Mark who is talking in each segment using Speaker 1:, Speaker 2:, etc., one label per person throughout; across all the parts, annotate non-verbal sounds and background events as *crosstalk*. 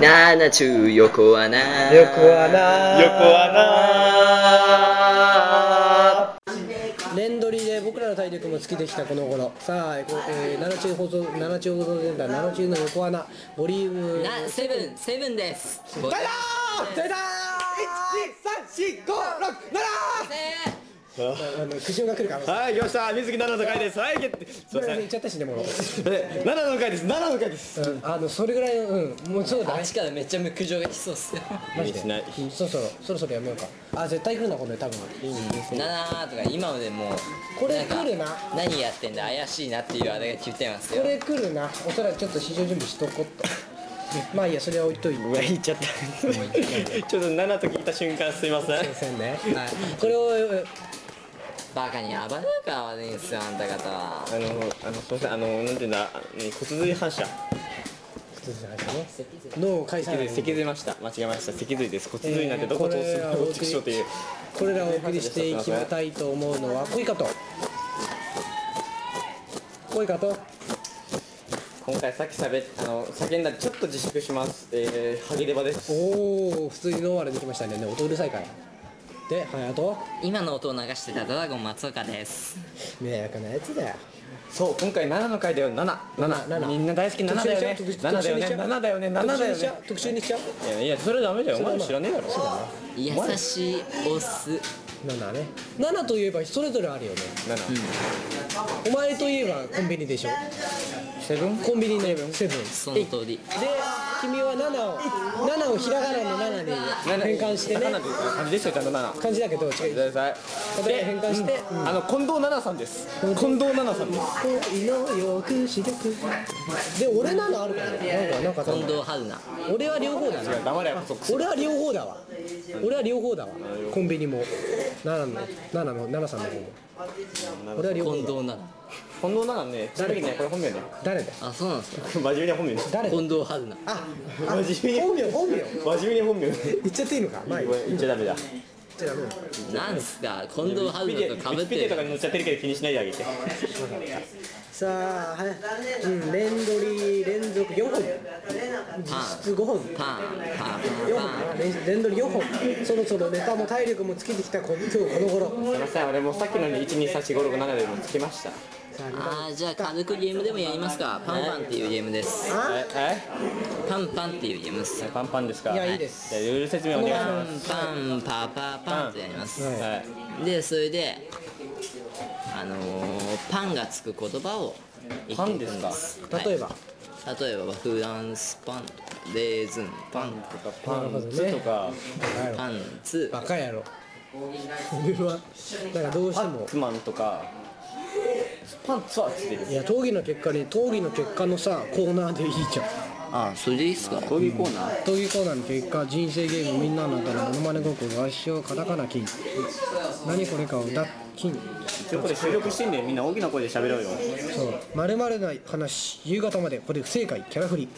Speaker 1: 七中横穴
Speaker 2: 横穴
Speaker 3: 横穴
Speaker 2: 連取りで僕らの体力も尽きてきたこの頃さあ、えーえー、奈良中放送奈良中放送センター奈良中の横穴ボリューム
Speaker 4: なセブンセブンですボリューム
Speaker 2: 出たーあの苦情が来るかもしれない
Speaker 3: はい、来ました。水木奈々の回です。はい、ゲット。すいません。
Speaker 2: 言っちゃったしねもう
Speaker 3: え奈々の回です。奈々の回です。
Speaker 2: うんあのそれぐらいのうんもうそうだ
Speaker 4: あ
Speaker 2: ね
Speaker 4: っちからめっちゃ無苦情が来そうっすよ
Speaker 2: マジで
Speaker 3: しない
Speaker 2: うんそろそろそろそろやめようかあ絶対来るなこれ多分
Speaker 4: なーとか今までもう
Speaker 2: これ
Speaker 4: んか
Speaker 2: 来るな
Speaker 4: 何やってんだ怪しいなっていうあれが聞いてます
Speaker 2: こ
Speaker 4: よ
Speaker 2: れ来るなおそらくちょっと試乗準備しとこっとまあいいやそれは置いといて
Speaker 3: うわ、言っちゃった。ちょっと奈々と聞いた瞬間、すいません。
Speaker 2: ませんね
Speaker 4: はい
Speaker 2: これをえ
Speaker 4: バカに暴れるから悪いんすよあんた方は
Speaker 3: あの、あの、すいません。あの、なんていうんだ、あの骨髄反射。
Speaker 2: 靴じゃないね脳を介さな
Speaker 3: 脊
Speaker 2: い
Speaker 3: 髄、脊髄ました。間違えました。脊髄です。骨髄なんてどこ通す
Speaker 2: えー
Speaker 3: の
Speaker 2: これは
Speaker 3: どっちでしょうという。
Speaker 2: これらをお送りしていきたいと思うのは恋かと恋かと
Speaker 3: 今回さっきしゃべっ、あの、叫んだ、ちょっと自粛します。えー、ハゲレバです。
Speaker 2: おお普通にノーマルできましたねね音うるさいからではいあと
Speaker 4: 今の音を流してたドラゴン松岡です
Speaker 2: 迷惑なやつだよ
Speaker 3: そう、今回奈々の回だよ。奈々、奈
Speaker 2: 七
Speaker 3: 々。みんな大好き奈々だよね。奈々だよね。奈々だよね。奈々だよね。
Speaker 2: 特集にしちゃう
Speaker 3: いやいや、それはダメだよ。お前も知らねえだろ。
Speaker 4: 優しいオス
Speaker 2: 7ね7といえばそれぞれあるよね
Speaker 3: 奈々。
Speaker 2: お前といえばコンビニでしょ
Speaker 3: セブン
Speaker 2: コンビニのセブン
Speaker 4: その通り
Speaker 2: で君は7を7をひらがなの7に変換してね
Speaker 3: 奈々という感じですよ、ちゃんと奈々。
Speaker 2: 感じだけど違う
Speaker 3: ください
Speaker 2: 答え変換して
Speaker 3: うんあの近藤奈々さんです近藤奈々さんです
Speaker 2: 恋の抑止力で俺なのあるからねなんかなんか
Speaker 4: 近藤春菜
Speaker 2: 俺は両方だね
Speaker 3: 黙れよそっ
Speaker 2: 俺は両方だわ俺は両方だわコンビニも奈良の奈良の奈良さんの方も俺は両
Speaker 4: 近
Speaker 2: 方
Speaker 4: 藤
Speaker 2: だ
Speaker 4: なの
Speaker 3: 近藤奈々ねちなみにねこれ本名ね
Speaker 2: 誰だよ
Speaker 4: あそうなんですか
Speaker 3: 真面目に本名ね
Speaker 2: 誰だ
Speaker 4: 近藤春菜
Speaker 2: あ
Speaker 3: 真面目
Speaker 2: 本
Speaker 3: に
Speaker 2: 名本名
Speaker 3: 真面目に本名ね
Speaker 2: 言っちゃっていいのかまあいい言っ
Speaker 3: 言っちゃダメだ
Speaker 2: ちゃダメだ
Speaker 4: なんすか近藤春菜とかぶっ
Speaker 3: ウィキペ
Speaker 4: て
Speaker 3: ディアと
Speaker 4: る
Speaker 3: かに載っちゃってるけど気にしないであげて
Speaker 2: さあはいうん連取り連続4本実質5本
Speaker 4: パンパン
Speaker 2: 4
Speaker 4: パン
Speaker 2: 本連連取り4本そろそろネタも体力も尽きてきたこ今日この頃
Speaker 3: すいません俺もうさっきのね1234567でもつきました
Speaker 2: さあ
Speaker 4: あーじゃあ軽くゲームでもやりますかパンパンっていうゲームです
Speaker 2: あ
Speaker 3: ええ
Speaker 4: パンパンっていうゲームです
Speaker 3: パンパンですか
Speaker 2: いやいい
Speaker 3: で
Speaker 2: です
Speaker 3: じゃあルール説明お願いし
Speaker 4: パ
Speaker 3: ま
Speaker 4: ンパンパパパンってやります
Speaker 3: す
Speaker 2: はい
Speaker 3: はい
Speaker 4: でそれであのーパンがつく言葉を言っていくんです
Speaker 2: 例えば、
Speaker 4: はい例えばフランスパンとかレーズンパンとか
Speaker 3: パンツとか
Speaker 4: パンツ
Speaker 2: バカ野郎俺はなんかどうしても
Speaker 3: ツマンとかパンツはついてる
Speaker 2: いや討議の結果に討議の結果のさコーナーでいいじゃん
Speaker 4: あそれでいいっすか
Speaker 3: 闘技コーナー
Speaker 2: 討議コーナーの結果人生ゲームみんなの歌のモノマネごっこ合唱カタカナ金何これかを歌金
Speaker 3: 一応これ収録してんでみんな大きな声で喋ろうよ
Speaker 2: そう〇〇な話夕方までこれ不正解キャラ振り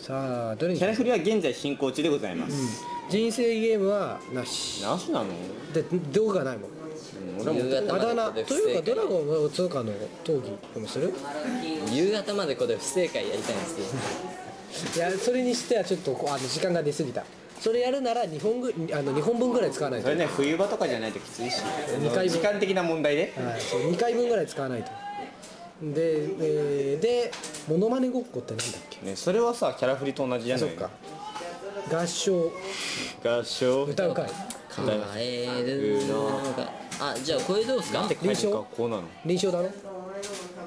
Speaker 2: さあどれにし
Speaker 3: キャ
Speaker 2: よ
Speaker 3: ラ
Speaker 2: う
Speaker 3: 振りは現在進行中でございます、
Speaker 2: 人生ゲームはなし
Speaker 3: なしなの
Speaker 2: で動画がないもん
Speaker 4: 夕方
Speaker 2: あ
Speaker 4: ま
Speaker 2: だ
Speaker 4: で
Speaker 2: 名
Speaker 4: これ
Speaker 2: と
Speaker 4: 不
Speaker 2: いう
Speaker 4: 正
Speaker 2: かドラ
Speaker 4: 解
Speaker 2: ゴンは通貨の討議でもする
Speaker 4: 夕方までこれ不正解やりたいんですけど
Speaker 2: いやそれにしてはちょっとこうあの時間が出過ぎたそれやるなら2本ぐあの2本分ぐらい使わない
Speaker 3: そ
Speaker 2: と、は
Speaker 3: れ
Speaker 2: い、
Speaker 3: ね冬場とかじゃないときついし
Speaker 2: 二回分
Speaker 3: 時間的な問題で
Speaker 2: そう2回分ぐらい使わないとでえーでモノマネごっこってなんだっけ
Speaker 3: ねそれはさキャラ振りと同じじゃない
Speaker 2: そっか合唱
Speaker 3: 合唱
Speaker 2: 歌う会
Speaker 4: カエルのがあじゃあこれどうっすか
Speaker 2: 臨床
Speaker 3: 学校なの
Speaker 2: 臨床だろ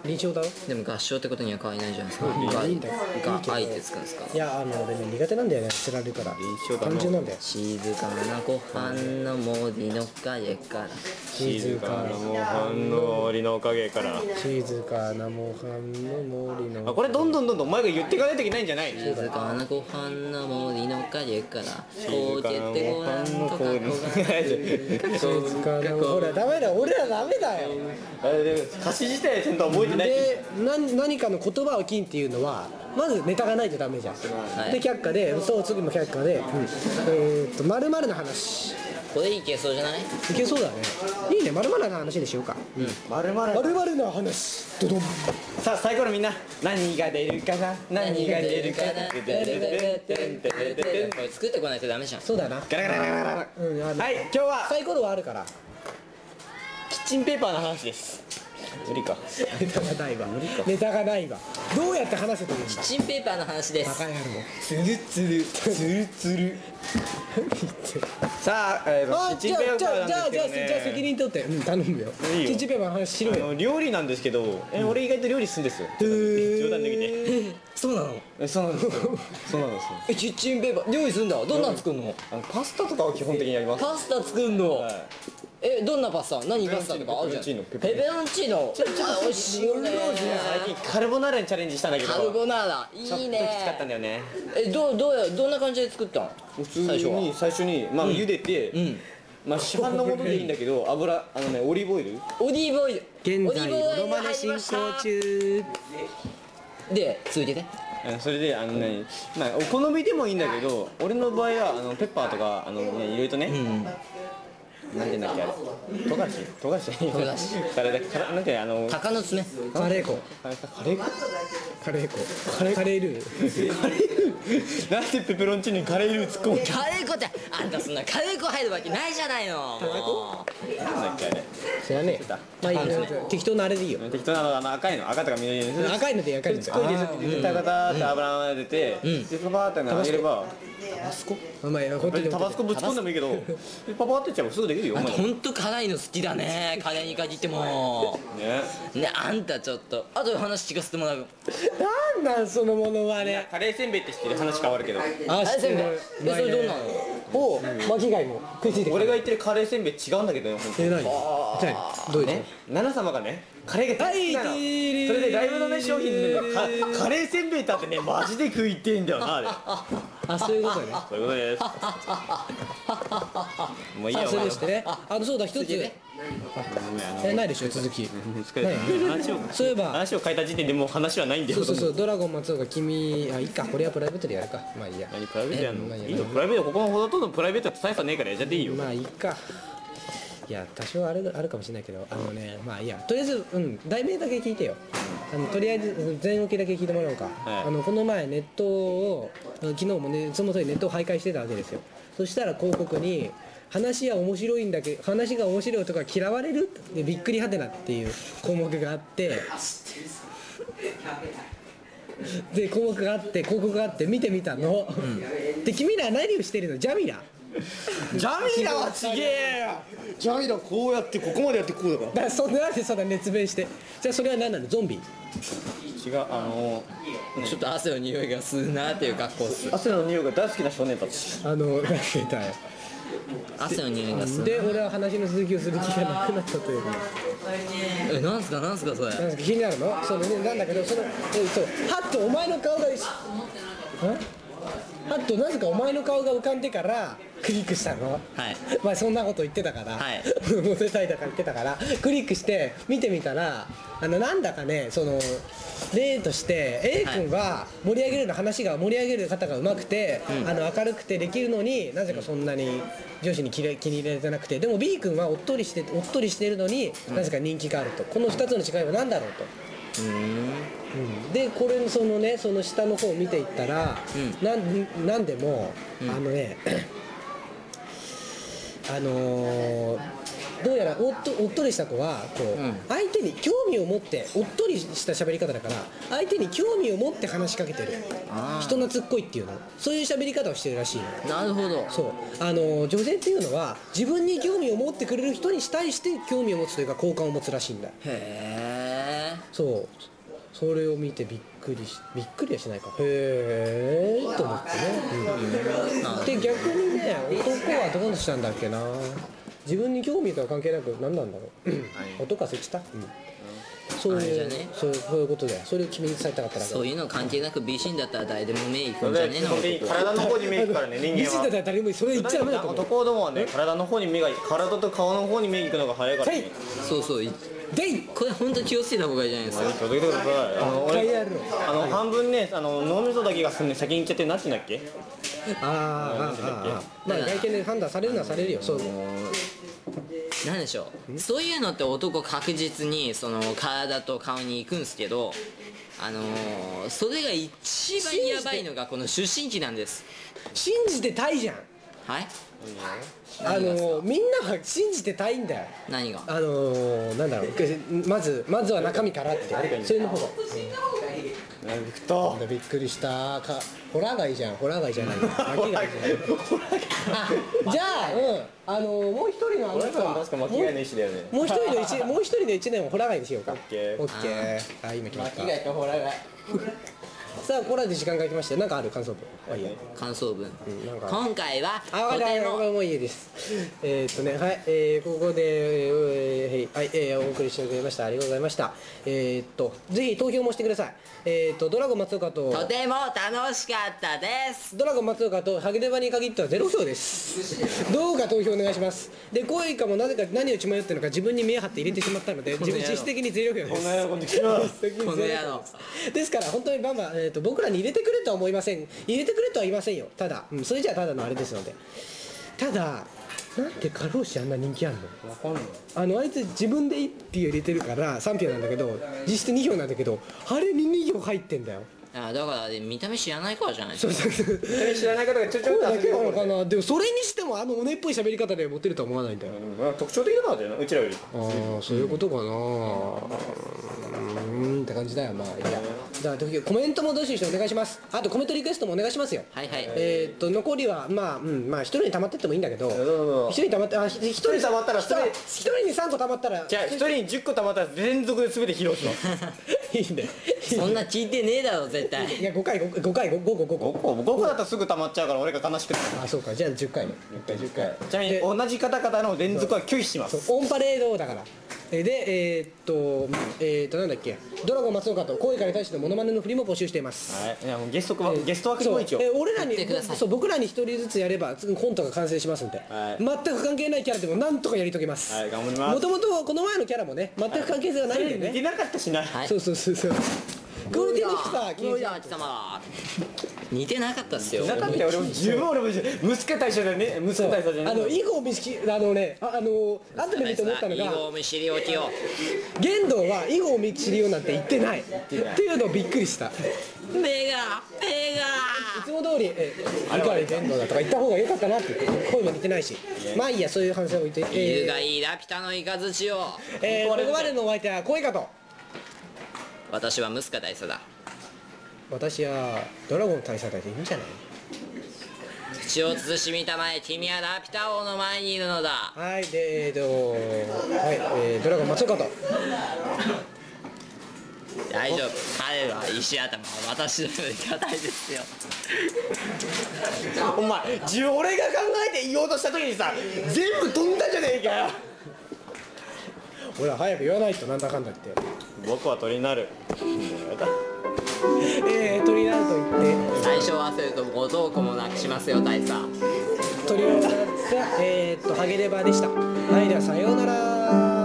Speaker 2: 臨床だろ
Speaker 4: でも合唱ってことには変わりないじゃないですか
Speaker 2: や
Speaker 4: が
Speaker 2: いいんだよいいけど
Speaker 4: が愛ってつくんですか
Speaker 2: いやあの俺ね苦手なんだよね釣られるから
Speaker 3: 臨床だろ
Speaker 2: 単純なんだよ
Speaker 4: 静かなご飯の森の影から
Speaker 2: 静かな
Speaker 3: 模範の森のおかげから
Speaker 2: 静かな模範の森の
Speaker 3: あこれどんどんどんどんお前が言っていかないといけないんじゃない
Speaker 4: 静かなご飯の森の影からこ
Speaker 3: 静
Speaker 4: う
Speaker 3: か
Speaker 4: け
Speaker 3: な
Speaker 4: て
Speaker 3: 模
Speaker 4: ごらん
Speaker 3: 範の
Speaker 4: とかこ
Speaker 3: 森のおか *laughs* げから
Speaker 2: 静かなほらダメだ俺らダメだよ
Speaker 3: あでも歌詞自体ちゃんと覚えてないって
Speaker 2: で何何かの言葉を金っていうのはまずネタがないとダメじゃん、
Speaker 4: い
Speaker 2: で却下でそう次も却下で、うん、えーっと「まるな話」
Speaker 4: これいけそうじゃない
Speaker 2: いけそうだねいいねまるまるな話でしようか
Speaker 3: まるま
Speaker 2: ま
Speaker 3: る
Speaker 2: るまるな話ドドン
Speaker 3: さあ最後のみんな何が出るかな何が出るかな
Speaker 4: これ作ってこないとダメじゃん
Speaker 2: そうだな
Speaker 3: ガラガラガラガラガラ
Speaker 2: うんあの
Speaker 3: はい今日は
Speaker 2: サイコロはあるから
Speaker 3: キッチンペーパーの話です無理か
Speaker 2: ネタがないわ *laughs* ネタがないわどうやって話せてるんだ
Speaker 4: チンペーパーの話で
Speaker 2: バ
Speaker 4: す
Speaker 2: カ野郎
Speaker 3: つるつるつる
Speaker 2: *laughs*
Speaker 3: つる
Speaker 2: 何言ってる
Speaker 3: さあ、えー
Speaker 2: あ
Speaker 3: キッ
Speaker 2: じ
Speaker 3: チン
Speaker 2: ゃ
Speaker 3: ペ
Speaker 2: あ
Speaker 3: ー
Speaker 2: じ
Speaker 3: パ
Speaker 2: ゃ
Speaker 3: ー
Speaker 2: あじゃ
Speaker 3: な
Speaker 2: あ
Speaker 3: んで
Speaker 2: じゃ
Speaker 3: すけど、
Speaker 2: あ
Speaker 3: ね、
Speaker 2: じゃあ責任取ってうん頼むよ
Speaker 3: いいよ
Speaker 2: キッチンペーパーの話しろ
Speaker 3: あ
Speaker 2: よ
Speaker 3: の料理なんですけど、え俺意外と料理するんですよ冗談抜きで
Speaker 4: そうなの
Speaker 3: えそうなんですよ *laughs* そうなんですよ
Speaker 4: えキッチンペーパー料理するんだどんなの作るの
Speaker 3: あのパスタとかは基本的にやります
Speaker 4: パスタ作るの
Speaker 3: はい
Speaker 4: えどんなパスタ何パスタとかあるじゃん
Speaker 3: ペ
Speaker 4: ペ
Speaker 3: ペ
Speaker 4: ペロンチーノあ美味しいよね
Speaker 3: 最近カルボナーラにチャレンジしたんだけど
Speaker 4: カルボナーラいい
Speaker 3: ちょっときつかったん
Speaker 4: ね
Speaker 3: だよね
Speaker 4: えどうどうやどんな感じで作ったの
Speaker 3: 普通に
Speaker 4: 最初
Speaker 3: 最初
Speaker 4: は
Speaker 3: にまあ茹でて、
Speaker 4: うん
Speaker 3: まあ市販のものでいいんだけど油あのねオリーブオイル
Speaker 4: オリーブオイル
Speaker 2: 現
Speaker 4: オリー
Speaker 2: 在
Speaker 4: ブオイル
Speaker 2: モノマネ進行中
Speaker 4: で続けて
Speaker 3: あのそれであのね、まあお好みでもいいんだけど俺の場合はあのペッパーとかあのねいろいろとね、なんていうんだっけあれ唐辛子唐辛子唐
Speaker 4: 辛子
Speaker 3: 辛子辛なんてあの
Speaker 4: 鷹の爪
Speaker 2: カレー粉
Speaker 3: カレーカレー
Speaker 2: カレー粉カレールー
Speaker 3: 粉なんでペペロンチーノにカレールー突っ込むん
Speaker 4: カレー粉ってあんたそんなカレー粉入るわけないじゃないのも
Speaker 3: だっけあれ
Speaker 2: 知らねえまあいいよ適当なあれでいいよ
Speaker 3: 適当なのあの赤いの赤とか緑の
Speaker 2: 赤いので赤いので
Speaker 3: すごいですって言った方って油が出て、でパパーってあげれば
Speaker 2: お前本当
Speaker 3: 別
Speaker 2: に
Speaker 3: にタバスコぶち込んでもいいけどでパパーってやっちゃえばすぐできるよお
Speaker 4: う
Speaker 3: 前
Speaker 4: ほんと辛いの好きだねカレーに限っても
Speaker 3: ね
Speaker 4: ねあんたちょっとあとで話聞かせてもらう
Speaker 2: なんなんそのものはね
Speaker 3: カレーせんべいって知ってる話変わるけど
Speaker 2: あ
Speaker 4: あれせんべいえそれどうなの
Speaker 2: お巻き貝も食いついて
Speaker 3: 俺が言ってるカレーせんべい違うんだけどね本当
Speaker 2: え
Speaker 3: に
Speaker 2: 何何どういう
Speaker 3: ね奈々様がねカレーが大好きなの
Speaker 2: は
Speaker 3: そ
Speaker 2: いてー
Speaker 3: れでライブのね商品でねカカレーせんべいだってねマジで食いてえんだよなあれ
Speaker 2: あそういうことね
Speaker 3: そういうことですもういいや
Speaker 2: あ
Speaker 3: お
Speaker 2: そ
Speaker 3: 前
Speaker 2: うでしてねああのそうだ一つえ
Speaker 3: ごめんあの
Speaker 2: ないでしょ続き
Speaker 3: 疲れた話を
Speaker 2: そういえば
Speaker 3: 話を変えた時点でもう話はないんだよ
Speaker 2: そうそうそうドラゴン松岡君あいいかこれはプライベートでやるかまあいいや
Speaker 3: 何プライベートやんの
Speaker 2: え
Speaker 3: いいよプライベートここのほどとんどプライベートって大差ねえからやっちゃっていいよ
Speaker 2: まあいいかいや多少あれあるかもしれないけどあのねまあいいやとりあえず、うん、題名だけ聞いてよあのとりあえず全置きだけ聞いてもらおうか、
Speaker 3: はい
Speaker 2: あのこの前ネットを昨日もねその通りネットを徘徊してたわけですよそしたら広告に話は面白いんだけど話が面白いとか嫌われるでびっくりはてなっていう項目があってで項目があって広告があって見てみたの、で君ら何をしてるのジャミラ
Speaker 3: ジャミラはちげえよジャミラこうやってここまでやってこうだから
Speaker 2: だからそんななんでそんな熱弁してじゃあそれは何なのゾンビ
Speaker 3: 違うあの
Speaker 4: ちょっと汗の匂いがするなっていう格好っす
Speaker 3: 汗の匂いが大好きな少年たち
Speaker 2: あの何て言ったんや
Speaker 4: 汗の匂いがする
Speaker 2: で俺は話の続きをする気がなくなったというか
Speaker 4: えなんすかなんすかそれ
Speaker 2: なんか気になるのそのねなんだけどそのえそうハッとお前の顔がんハッとなぜかお前の顔が浮かんでからクリックしたの
Speaker 4: はい
Speaker 2: まあそんなこと言ってたから、
Speaker 4: はい
Speaker 2: *laughs* モテたいだから言ってたからクリックして見てみたらあのなんだかねその例として A 君は盛り上げるの話が盛り上げる方がうまくて、あの明るくてできるのになぜかそんなに女子に気れ気に入られてなくてでも B 君はおっとりしておっとりしてるのになぜか人気があるとこの2つの違いは何だろうと。うんでこれそのねその下の方を見ていったら、なんなんでも、あのねあのーどうやらおっとおっとりした子はこう、
Speaker 4: うん
Speaker 2: 相手に興味を持っておっとりした喋り方だから相手に興味を持って話しかけてる
Speaker 4: あー
Speaker 2: 人懐っこいっていうのそういう喋り方をしてるらしいの
Speaker 4: なるほど
Speaker 2: そうあの女性っていうのは自分に興味を持ってくれる人に対して興味を持つというか好感を持つらしいんだ
Speaker 4: へ
Speaker 2: そうそれを見てびっくりしびっくりはしないかへえと思ってね、うんで逆にね男はどうしたんだっけな自分に興味とは関係なく何なんだろう、男はせちた、そう
Speaker 4: あれじゃ
Speaker 2: いう、
Speaker 4: ね
Speaker 2: そうそういうことだよそれを君に伝えたかった
Speaker 4: え
Speaker 2: だけ
Speaker 4: そういうの関係なく美人だったら誰でも目いくんじゃねえの男
Speaker 3: 体の方に目いくからね人
Speaker 2: 見
Speaker 3: 間
Speaker 2: せてた
Speaker 3: は
Speaker 2: ら誰もそれ言っちゃダメだと思う
Speaker 3: 男どもはね体の方に目が体と顔の方に目いくのが早いから
Speaker 2: はい
Speaker 3: ね
Speaker 4: そうそうい
Speaker 2: でいっ
Speaker 4: これ本当気をつけた方がいいじゃないですか
Speaker 3: 届けてくださいあの
Speaker 2: かいや
Speaker 3: 俺
Speaker 2: ろう
Speaker 3: あの半分ねあの脳みそだけが先に先に行っちゃってなんて言うんだっけ
Speaker 2: ああああああまあ外見で判断されるのはされるよそう
Speaker 4: なんでしょうそういうのって男確実にその体と顔に行くんですけどあのー、それが一番やばいのがこの出身地なんです
Speaker 2: 信じてたいじゃん
Speaker 4: はい何
Speaker 2: あ
Speaker 4: がですか
Speaker 2: のみんなは信じてたいんだよ
Speaker 4: 何が
Speaker 2: あのー、なんだろうけまずまずは中身からってそれの方が
Speaker 3: と
Speaker 2: びっくりしたかホラー街じゃんホラー街じゃない巻き貝じゃんじゃあ、うん、あのー、もう一人のあの
Speaker 3: 俺
Speaker 2: 人
Speaker 3: さ
Speaker 2: は
Speaker 3: ん確か巻き貝の意思だよね
Speaker 2: もう一人の一もう一人の一年をホラー街にしようか。オ
Speaker 3: ッケー
Speaker 2: オッケー。あ今決まった。
Speaker 4: とほらが
Speaker 2: さあこれで時間が来ました。なんかある感想文。はいいや。
Speaker 4: 感想文、
Speaker 2: んなんか
Speaker 4: 今回は
Speaker 2: あわ
Speaker 4: と
Speaker 2: か
Speaker 4: て
Speaker 2: るわか
Speaker 4: も
Speaker 2: るもういいです。えーっとねはい、えー、ここで、えーはい、はいえー、お送りしてくれましたありがとうございました。えー、っとぜひ投票もしてください。えー、っとドラゴン松岡と
Speaker 4: とても楽しかったです
Speaker 2: ドラゴン松岡とハゲデバに限ってはゼロ票です。どうか投票お願いします。で声かもなぜか何を血迷ってるのか自分に見え張って入れてしまったので自分自主的にゼロ票です。
Speaker 3: この野郎に来ます
Speaker 4: この野
Speaker 2: *laughs*
Speaker 4: 郎
Speaker 2: ですから本当にバンバン、えー、と僕らに入れてくれとは思いません入れてくれとは言いませんよただ、うん、それじゃあただのあれですのでただなんで過労死あんな人気あんの
Speaker 3: わかんない
Speaker 2: あのあいつ自分で1票入れてるから3票なんだけど実質2票なんだけどあれに2票入ってん
Speaker 3: *laughs*
Speaker 2: だよ
Speaker 4: あだから見た目知らないからじゃないです
Speaker 2: そう
Speaker 4: か
Speaker 2: そうそう
Speaker 3: 知らない方がちょちょ
Speaker 2: そ
Speaker 3: っ
Speaker 2: う
Speaker 3: と
Speaker 2: だ
Speaker 3: 遊んで
Speaker 2: け
Speaker 3: る
Speaker 2: なのかなでもそれにしてもあのおねっぽい喋り方でモテるとは思わないんだよ
Speaker 3: うん特徴的なのだよなうちらより
Speaker 2: ああそういうことかなうーんって感じだよまあいやだからコメントもどうしようお願いしますあとコメントリクエストもお願いしますよ
Speaker 4: はいはい
Speaker 2: えーっと残りはまあうんまあ一人に溜まってってもいいんだけど
Speaker 3: そうそう
Speaker 2: 一人に溜まってあひ一人
Speaker 3: 一人溜まったら
Speaker 2: 一人一人に三個溜まったら
Speaker 3: じゃあ一人に10個たまったら連続で全て披露します *laughs*
Speaker 2: いいんだよ
Speaker 4: そんな聞いてねえだろ絶対
Speaker 2: *laughs* いや五回五五回五五個五個
Speaker 3: 5個5個だったらすぐたまっちゃうから俺が悲しくなる
Speaker 2: あそうかじゃあ十回ね10回
Speaker 3: ちなみに
Speaker 2: で
Speaker 3: 同じ方々の連続は拒否します
Speaker 2: そうオンパレードだからえーでえーっとえーっとなんだっけドラゴン松岡と恋からに対してのモノマネの振りも募集しています
Speaker 3: はいいやもうゲスト枠ゲスト枠
Speaker 2: そ
Speaker 3: も
Speaker 2: う、え
Speaker 3: 一応
Speaker 2: ー俺らに
Speaker 4: やってください
Speaker 2: そう僕らに一人ずつやればすぐコントが完成しますんで、
Speaker 3: はい
Speaker 2: 全く関係ないキャラでもなんとかやり遂げます
Speaker 3: はい頑張ります
Speaker 2: もともとこの前のキャラもね全く関係性がないんでね、
Speaker 3: 出なかったしない
Speaker 4: はい
Speaker 2: *laughs* そうそうそうそうクオリティの低さは気
Speaker 4: どう
Speaker 2: にし
Speaker 4: だ
Speaker 2: ない
Speaker 4: 貴様似てなかったっすよ
Speaker 3: なかったよ *laughs* 俺も十分俺も十分息子大将だよね息子大将じゃね
Speaker 2: あの囲碁見識あのねああの後で見て思ったの
Speaker 4: いい
Speaker 2: が
Speaker 4: お見知りおきを
Speaker 2: 玄道は囲碁を見知りようなんて言ってないっていうのをびっくりしたい
Speaker 4: 目が目が
Speaker 2: つも通りえー「碇玄道だ」とか言った方が良かったなって声も似てないしまあいいやそういう反省を置いて、
Speaker 4: 犬
Speaker 2: えー
Speaker 4: がいいラピュタのイカズチを
Speaker 2: えーここまでのお相手は声かと
Speaker 4: 私はムスカ大佐だ
Speaker 2: 私はドラゴン大佐隊でいいんじゃない
Speaker 4: 口を慎みたまえ君はラピュタ王の前にいるのだ
Speaker 2: はいでえーとはい、えードラゴン松岡と
Speaker 4: 大丈夫彼は石頭は私のより硬いですよ
Speaker 3: お前自分俺が考えて言おうとした時にさ全部飛んだじゃねえかよ
Speaker 2: ほら早く言わないとなんだかんだ言って
Speaker 3: 僕は鳥になる *laughs*
Speaker 2: えー、鳥になると言って
Speaker 4: 最初は焦るとごど子もなくしますよ大佐
Speaker 2: 鳥をなってえー、っとハゲレバーでしたはいではさようなら